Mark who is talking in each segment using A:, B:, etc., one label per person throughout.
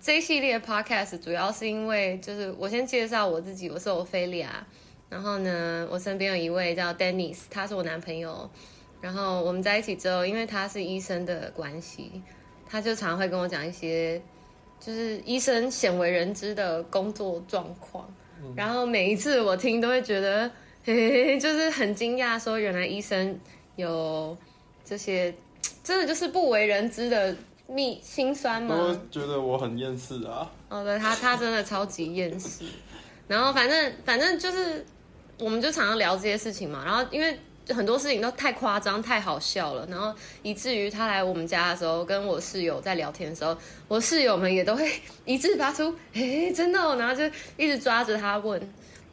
A: 这一系列 podcast 主要是因为，就是我先介绍我自己，我是欧菲利亚。然后呢，我身边有一位叫 Dennis，他是我男朋友。然后我们在一起之后，因为他是医生的关系，他就常会跟我讲一些就是医生鲜为人知的工作状况。然后每一次我听都会觉得，嘿嘿嘿，就是很惊讶，说原来医生有这些，真的就是不为人知的秘辛酸吗？
B: 都觉得我很厌世啊。
A: 哦，对他，他真的超级厌世。然后反正反正就是，我们就常常聊这些事情嘛。然后因为很多事情都太夸张、太好笑了，然后以至于他来我们家的时候，跟我室友在聊天的时候，我室友们也都会一致发出“诶，真的、哦”，然后就一直抓着他问，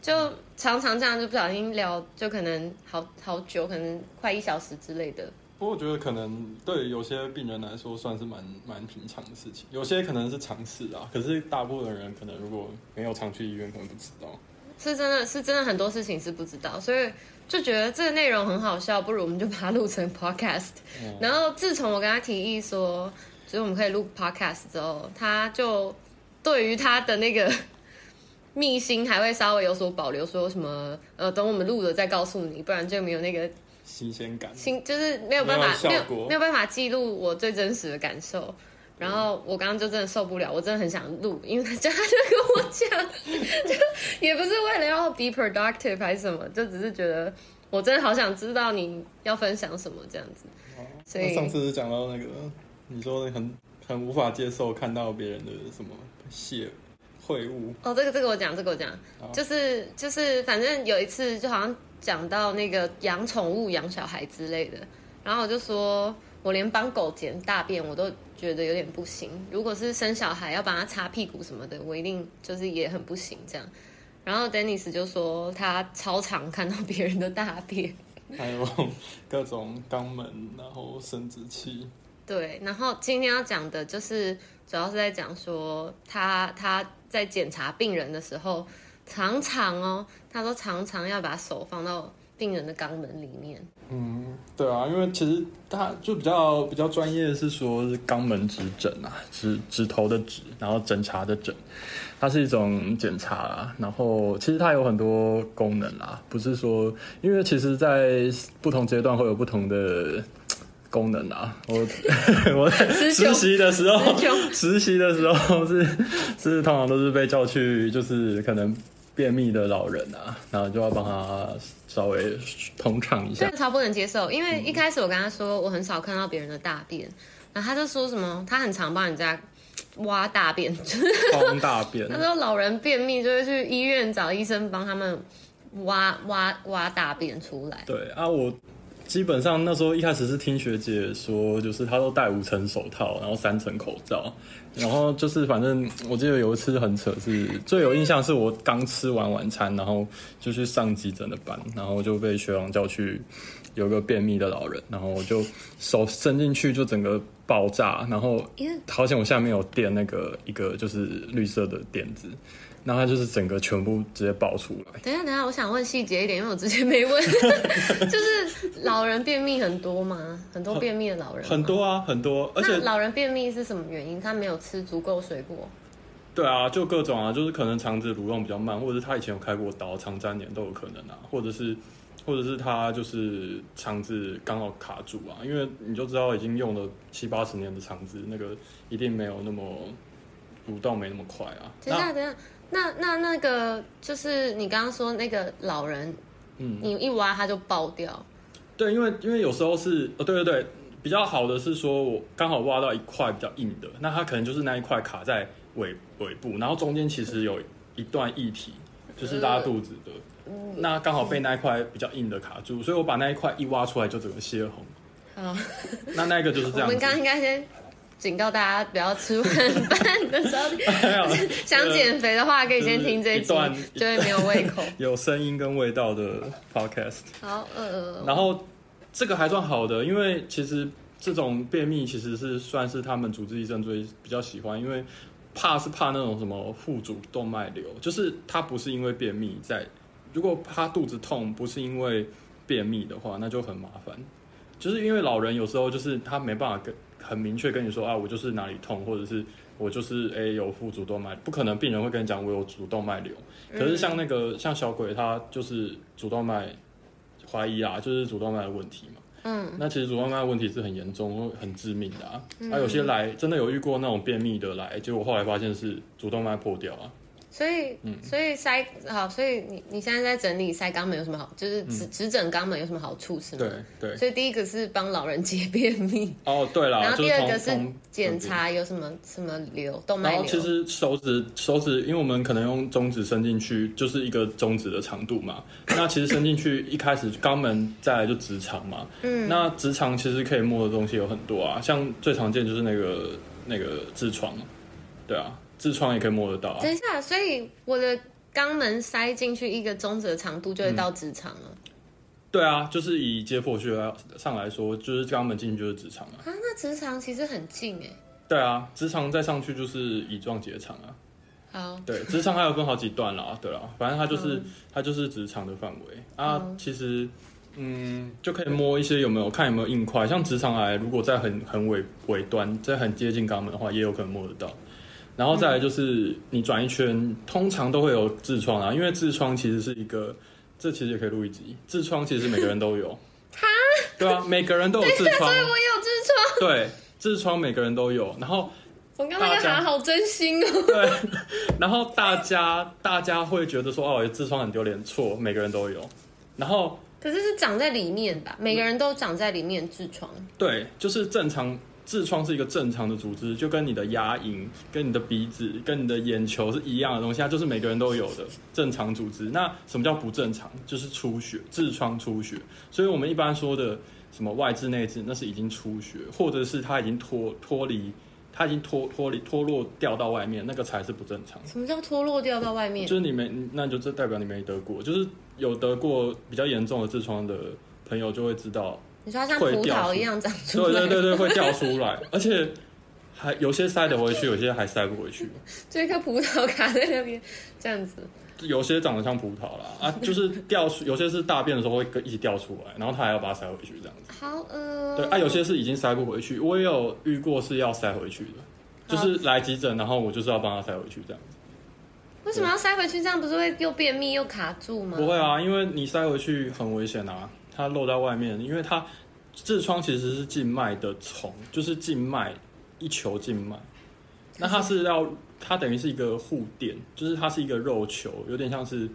A: 就常常这样就不小心聊，就可能好好久，可能快一小时之类的。
B: 不过我觉得可能对有些病人来说算是蛮蛮平常的事情，有些可能是常事啊。可是大部分人可能如果没有常去医院，可能不知道。
A: 是真的是真的很多事情是不知道，所以就觉得这个内容很好笑，不如我们就把它录成 podcast。
B: 嗯
A: 然后自从我跟他提议说，就是我们可以录 podcast 之后，他就对于他的那个 秘辛还会稍微有所保留，说什么呃，等我们录了再告诉你，不然就没有那个
B: 新鲜感，
A: 新，就是没有办法没
B: 没有
A: 有
B: 效果
A: 没有办法记录我最真实的感受。然后我刚刚就真的受不了，我真的很想录，因为他就他就跟我讲， 就也不是为了要 be productive 还是什么，就只是觉得我真的好想知道你要分享什么这样子。
B: 哦
A: 所以
B: 那上次是讲到那个，你说你很很无法接受看到别人的什么血秽物，
A: 哦，这个这个我讲，这个我讲
B: 好，
A: 就是就是，反正有一次就好像讲到那个养宠物、养小孩之类的，然后我就说我连帮狗捡大便我都觉得有点不行，如果是生小孩要帮他擦屁股什么的，我一定就是也很不行这样。然后 Dennis 就说他超常看到别人的大便，
B: 还有各种肛门，然后生殖器，
A: 对，然后今天要讲的就是主要是在讲说他他在检查病人的时候，常常哦，他说常常要把手放到病人的肛门里面。
B: 嗯，对啊，因为其实他就比较比较专业，是说是肛门指诊啊，指指头的指，然后诊查的诊，它是一种检查啊。然后其实它有很多功能啦，不是说因为其实，在不同阶段会有不同的功能啊。我 我在
A: 师兄
B: 实习的时候
A: 师兄，
B: 实习的时候是是通常都是被叫去，就是可能。便秘的老人啊，然后就要帮他稍微通畅一下
A: 这。个超不能接受，因为一开始我跟他说我很少看到别人的大便，然后他就说什么他很常帮人家挖大便，
B: 方大便
A: 他说老人便秘就会去医院找医生帮他们挖挖挖大便出来。
B: 对啊，我基本上那时候一开始是听学姐说，就是她都戴五层手套，然后三层口罩，然后就是反正我记得有一次很扯是，最有印象是我刚吃完晚餐，然后就去上急诊的班，然后就被学长叫去。有个便秘的老人，然后我就手伸进去就整个爆炸，然后
A: 因为
B: 好险我下面有垫那个一个就是绿色的垫子，然后它就是整个全部直接爆出来。
A: 等一下，等一下，我想问细节一点，因为我之前没 问，就是老人便秘很多吗？很多便秘的老人吗
B: 很。多啊，很多，而且
A: 那老人便秘是什么原因？他没有吃足够水果。
B: 对啊，就各种啊，就是可能肠子蠕动比较慢，或者是他以前有开过刀，肠粘连都有可能啊，或者是或者是他就是肠子刚好卡住啊，因为你就知道已经用了七八十年的肠子，那个一定没有那么蠕动没那么快啊。
A: 等一下，
B: 那
A: 等一下，那那那个就是你刚刚说那个老人，
B: 嗯，
A: 你一挖他就爆掉，
B: 对，因为因为有时候是哦，对对对，比较好的是说我刚好挖到一块比较硬的，那它可能就是那一块卡在尾尾部，然后中间其实有一段液体，就是拉肚子的，
A: 嗯
B: 那刚好被那一块比较硬的卡住，所以我把那一块一挖出来就整个泄洪。
A: 好，
B: 那那一个就是
A: 我
B: 这样
A: 们
B: 子。
A: 刚刚应该先警告大家不要吃晚饭的时 候，
B: 没有
A: 想减肥的话可以先听这一集，
B: 就是一段
A: 就会没有胃口。
B: 有声音跟味道的 podcast。
A: 好，呃，
B: 然后这个还算好的，因为其实这种便秘其实是算是他们主治医生最比较喜欢，因为怕是怕那种什么腹主动脉瘤，就是他不是因为便秘在，如果他肚子痛不是因为便秘的话，那就很麻烦。就是因为老人有时候就是他没办法跟很明确跟你说啊，我就是哪里痛，或者是我就是诶、有副主动脉，不可能病人会跟你讲我有主动脉瘤。可是像那个、像小鬼，他就是主动脉怀疑啦，就是主动脉的问题嘛。
A: 嗯，
B: 那其实主动脉的问题是很严重、会很致命的啊。啊，有些来真的有遇过那种便秘的来，结果后来发现是主动脉破掉啊。
A: 所以，所以塞好，所以你你现在在整理塞肛门有什么好，就是只只整肛门有什么好处是吗
B: 嗯对？对。
A: 所以第一个是帮老人解便秘，
B: 哦，对啦，
A: 然后第二个
B: 就是是从
A: 检。查有什么什么瘤动
B: 然
A: 脉
B: 后
A: 瘤。
B: 其实手指手指，因为我们可能用中指伸进去，就是一个中指的长度 嘛。那其实伸进去一开始肛门，再来就直肠嘛。嗯。那直肠其实可以摸的东西有很多啊，像最常见就是那个那个痔疮，对啊，痔疮也可以摸得到啊。
A: 等一下，所以我的肛门塞进去一个中指的长度就会
B: 嗯
A: 到直肠了、
B: 对啊，就是以解剖学来上来说，就是肛门进去就是直肠啊。
A: 啊？那直肠其实很近哎、
B: 对啊，直肠再上去就是乙状结肠啊。
A: 好，
B: 对，职场还有分好几段啦，对啦，反正它就是、
A: 嗯
B: 它就是职场的范围啊。其实，嗯，就可以摸一些有没有看有没有硬块，像直肠癌，如果在很很尾尾端，在很接近肛门的话，也有可能摸得到。然后
A: 嗯
B: 再来就是你转一圈，通常都会有痔疮啊，因为痔疮其实是一个，这其实也可以录一集。痔疮其实每个人都 有，对啊，每个人都有痔疮，
A: 所以我有痔疮，
B: 对，痔疮每个人都有。然后
A: 我刚刚那个
B: 大
A: 哈
B: 家
A: 好真心哦。
B: 对，然后大家大家会觉得说哦，痔疮很丢脸，错，每个人都有。然后
A: 可是是长在里面吧？每个人都长在里面痔疮。
B: 对，就是正常痔疮是一个正常的组织，就跟你的牙龈、跟你的鼻子、跟你的眼球是一样的东西，它就是每个人都有的正常组织。那什么叫不正常？就是出血，痔疮出血。所以我们一般说的什么外痔、内痔，那是已经出血，或者是它已经脱脱离，它已经脱脱离脱落掉到外面，那个才是不正常。
A: 什么叫脱落掉到外面？
B: 就是你没，那就这代表你没得过。就是有得过比较严重的痔疮的朋友就会知道，
A: 你说它像葡萄一样长 出
B: 对
A: 来，
B: 对 对对，会掉出来，而且还有些塞得回去，有些还塞不回去，
A: 就一颗葡萄卡在那边，这样子。
B: 有些长得像葡萄啦啊，就是掉出，有些是大便的时候会跟一起掉出来，然后他还要把它塞回去这样子。
A: 好呃，
B: 对啊，有些是已经塞不回去，我也有遇过是要塞回去的，就是
A: 嗯
B: 来急诊，然后我就是要帮他塞回去这样。
A: 为什么要塞回去？这样不是会又便秘又卡住吗？
B: 不会啊，因为你塞回去很危险啊，它露在外面，因为它痔疮其实是静脉的丛，就是静脉一球静脉，那它是要它等于是一个护垫，就是它是一个肉球，有点像是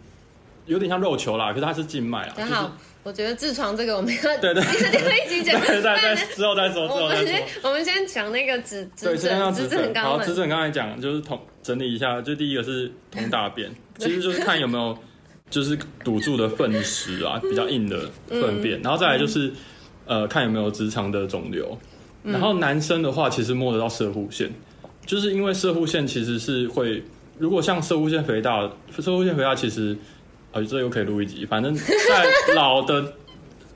B: 有点像肉球啦，可是它是静脉啦，就
A: 等
B: 是
A: 好，我觉得痔疮这个我们要
B: 对对
A: 一定会一集讲。
B: 对，再再之后再说，之
A: 我
B: 后再
A: 们
B: 说
A: 先。我们先讲那个指
B: 对，
A: 指
B: 先
A: 诊
B: 让
A: 指
B: 指
A: 诊
B: 诊。
A: 肛
B: 好，指
A: 门，
B: 诊刚才讲就是统整理一下，就第一个是统大便，其实就是看有没有就是堵住的粪石啊，比较硬的粪便，然后再来就是呃看有没有直肠的肿瘤，然后男生的话其实摸得到射护线，就是因为射护线其实是会，如果像射护线肥大，射护线肥大其实呃这又可以录一集，反正在老的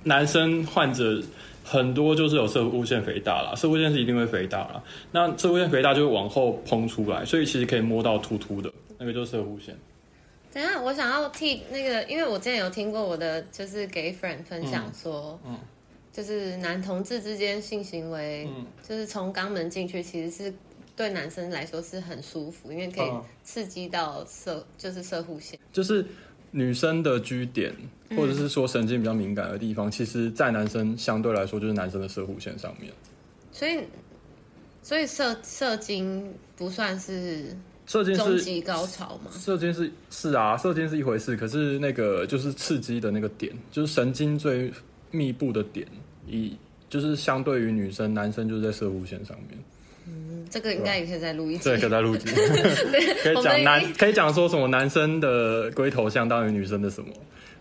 B: 男生患者很多就是有射物腺肥大啦，射物腺是一定会肥大啦。那射物腺肥大就会往后膨出来，所以其实可以摸到突突的，那个就是射物腺。
A: 等一下，我想要替那个，因为我之前有听过我的就是给 friend 分享说，
B: 嗯
A: 就是男同志之间性行为，
B: 嗯
A: 就是从肛门进去，其实是对男生来说是很舒服，因为可以
B: 嗯
A: 刺激到射，就是射护线。
B: 就是女生的居点，或者是说神经比较敏感的地方，其实，在男生相对来说就是男生的射物腺上面。
A: 所以，所以射射精不算是
B: 射精
A: 终
B: 是
A: 极高潮吗？
B: 射精是是啊，射精是一回事，可是那个就是刺激的那个点，就是神经最密布的点，以就是相对于女生，男生就是在射物腺上面。
A: 这个应该也可以再录一集
B: 这。个在 录集，可以
A: 我们
B: 讲
A: 已
B: 男，可以讲说什么男生的龟头相当于女生的什么，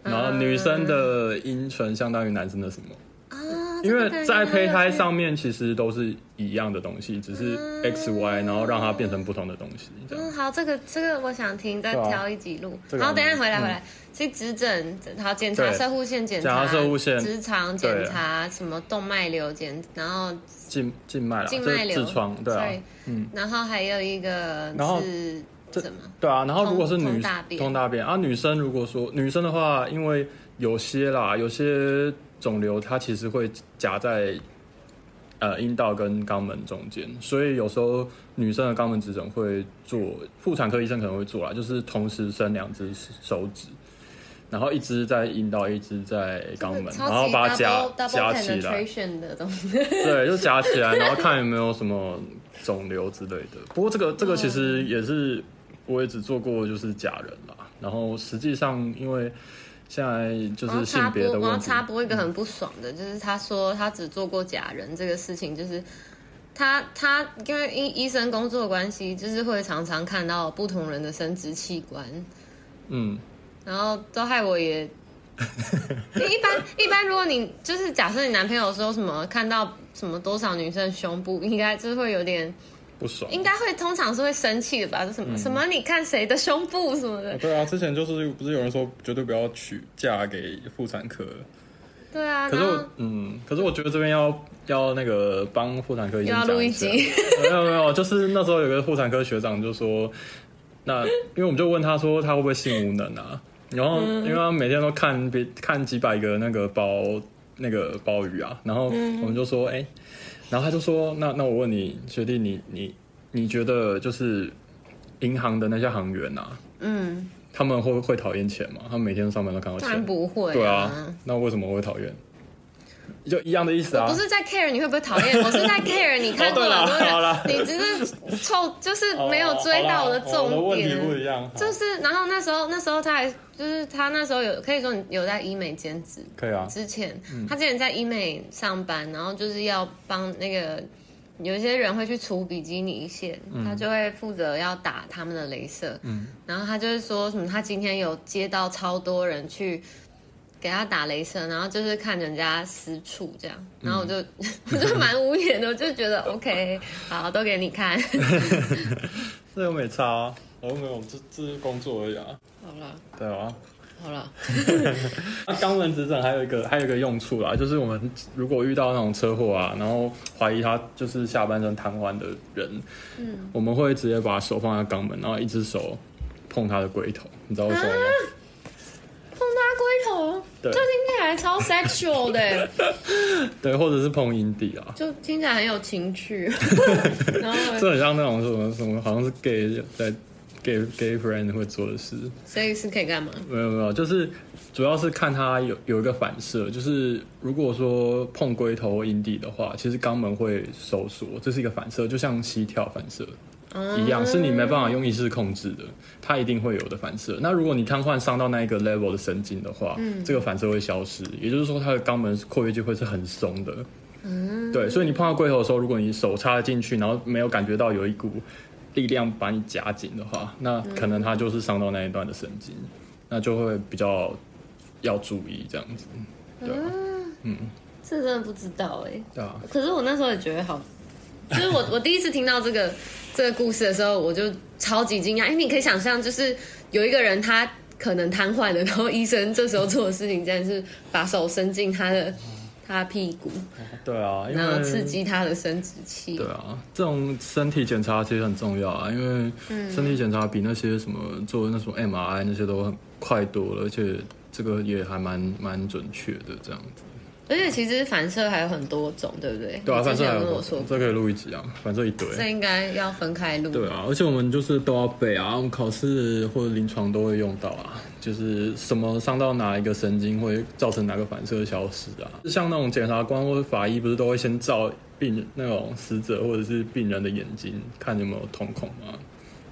A: 嗯
B: 然后女生的阴唇相当于男生的什么，
A: 啊，
B: 因
A: 这
B: 为
A: 个
B: 在胚
A: 感觉
B: 胎
A: 好有趣
B: 上面其实都是一样的东西，只是 X Y，然后让它变成不同的东西，这样。
A: 嗯，好，这个这个我想听，再
B: 对啊
A: 挑一集录。
B: 这个
A: 好，
B: 我们嗯
A: 等一下回来回来，去指诊，好检查
B: 对
A: 射护线检
B: 检查射护线
A: 直肠检
B: 对啊
A: 查，什么动脉瘤检，然后
B: 静静脉啦，
A: 静
B: 这
A: 脉瘤
B: 痔疮，对啊，
A: ，sorry，然后还有一个
B: 然后
A: 是
B: 这
A: 什么？
B: 对啊，然后如果是
A: 通
B: 女
A: 大便
B: 通大便啊，女生如果说女生的话，因为有些啦，有些肿瘤它其实会夹在呃阴道跟肛门中间，所以有时候女生的肛门指诊会做，妇产科医生可能会做啦，就是同时伸两只手指，然后一只在阴道，一只在肛门，然后把它夹夹起来，
A: penetration 的东西，
B: 对，就夹起来，然后看有没有什么肿瘤之类的。不过这个这个其
A: 嗯
B: 实也是，我也只做过就是假人啦。然后实际上，因为现在就
A: 我要
B: 是性
A: 插播
B: 别，的
A: 我要
B: 问题，嗯
A: 插播一个很不爽的，就是他说他只做过假人这个事情，就是他他因为医医生工作关系，就是会常常看到不同人的生殖器官，
B: 嗯，
A: 然后都害我 也。一般一般，如果你就是假设你男朋友说什么看到什么多少女生胸部，应该就是会有点，
B: 不爽。
A: 应该会通常是会生气的吧？就什
B: 嗯
A: 么、什么你看谁的胸部什么的，
B: 对啊，之前就是不是有人说绝对不要娶嫁给妇产科，
A: 对啊。
B: 可是
A: 然后
B: 我嗯，可是我觉得这边要要那个帮妇产科医
A: 又
B: 生
A: 要
B: 讲
A: 录一
B: 下
A: 集
B: 没有没有，就是那时候有个妇产科学长就说，那因为我们就问他说他会不会性无能啊？然后
A: 嗯
B: 因为他每天都看别看几百个那个包那个鲍鱼啊，然后
A: 嗯
B: 我们就说哎、然后他就说那那我问你学弟你你你觉得就是银行的那些行员啊，
A: 嗯，
B: 他们会会讨厌钱吗？他们每天上班都看到
A: 当然
B: 钱，
A: 不会、
B: 对啊，那为什么会讨厌？就一样的意思啊，
A: 不是在 care 你会不会讨 厌，我是在 care 你看过很
B: 哦对啦
A: 多
B: 好
A: 人
B: 啦，哦
A: 你只是 凑，就是没有追到我的重点。
B: 一样
A: 就是，然后那时候，那时候他还就是他那时候有可以说你有在医美兼职
B: 可以啊，
A: 之前，他之前在医美上班，然后就是要帮那个有一些人会去除比基尼线，
B: 嗯
A: 他就会负责要打他们的镭射，然后他就是说什么他今天有接到超多人去给他打镭射，然后就是看人家私处这样，
B: 嗯
A: 然后我就、 我就蛮无言的，我就觉得 OK，好，都给你看，
B: 这又没差、啊，我又没有，这这是工作而已啊，
A: 好了，
B: 对啊。
A: 好了，
B: 那肛门指诊还有一个还有一个用处啦，就是我们如果遇到那种车祸啊，然后怀疑他就是下半身瘫痪的人，嗯，我们会直接把手放在肛门，然后一只手碰他的龟头，你知道为什么吗？
A: 啊碰他龟头，
B: 对
A: 这听起来超 sexual 的欸，
B: 对，或者是碰阴蒂啊，
A: 就听起来很有情 趣。然后呢
B: 这很像那种什么什么，好像是 gay 在 gay gay friend 会做的事。
A: 所以是可以干嘛？
B: 没有没有，就是主要是看他有有一个反射，就是如果说碰龟头或阴蒂的话，其实肛门会收缩，这是一个反射，就像膝跳反射一样，是你没办法用意识控制的，它一定会有的反射。那如果你瘫痪伤到那一个 level 的神经的话，这个反射会消失，也就是说它的肛门括约肌会是很松的。对，所以你碰到龟头的时候，如果你手插进去，然后没有感觉到有一股力量把你夹紧的话，那可能它就是伤到那一段的神经，那就会比较要注意这样子。对啊，
A: 这真的不知道哎、
B: 对啊，
A: 可是我那时候也觉得好，就是我 我第一次听到这个这个故事的时候，我就超级惊讶。哎、你可以想象，就是有一个人他可能瘫痪了，然后医生这时候做的事情，竟然是把手伸进他的他屁股，
B: 对啊，因
A: 然后
B: 为
A: 刺激他的生殖器。
B: 对啊，这种身体检查其实很重要啊，因为
A: 嗯
B: 身体检查比那些什么做那什么 MRI 那些都很快多了，而且这个也还蛮蛮准确的这样子。
A: 而且其实反射还有很多种，对不对？
B: 对啊，
A: 你
B: 反
A: 之前
B: 正还
A: 有跟
B: 有
A: 我说过，
B: 这可以录一集啊，反正一堆。
A: 这应该要分开录。
B: 对啊，而且我们就是都要背啊，我们考试或者临床都会用到啊，就是什么伤到哪一个神经会造成哪个反射消失啊。像那种检察官或者法医，不是都会先照病人那种死者或者是病人的眼睛，看有没有瞳孔吗？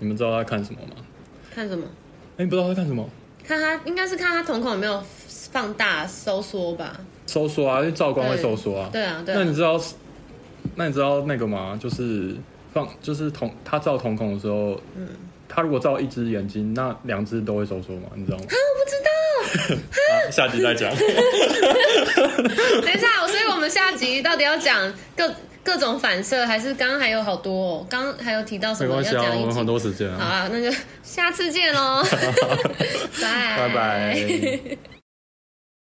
B: 你们知道他看什么吗？
A: 看什么？
B: 哎、你不知道他看什么？
A: 看他应该是看他瞳孔有没有放大收缩吧？
B: 收缩啊，因为照光会收缩啊。
A: 对啊，对
B: 那
A: 啊
B: 你。知道，那你知道那个吗？就是放，就是瞳，他照瞳孔的时候，嗯，他如果照一只眼睛，那两只都会收缩吗？你知道吗？
A: 啊，我不知道。
B: 啊下集 再讲。
A: 等一下，所以我们下集到底要讲各各种反射，还是刚刚还有好多、哦？刚刚还有提到什
B: 没
A: 么
B: 关
A: 要
B: 系啊，
A: 讲
B: 我
A: 一
B: 们
A: 集？
B: 很多时间
A: 好
B: 啊。
A: 啊，那就下次见喽，拜
B: 拜拜。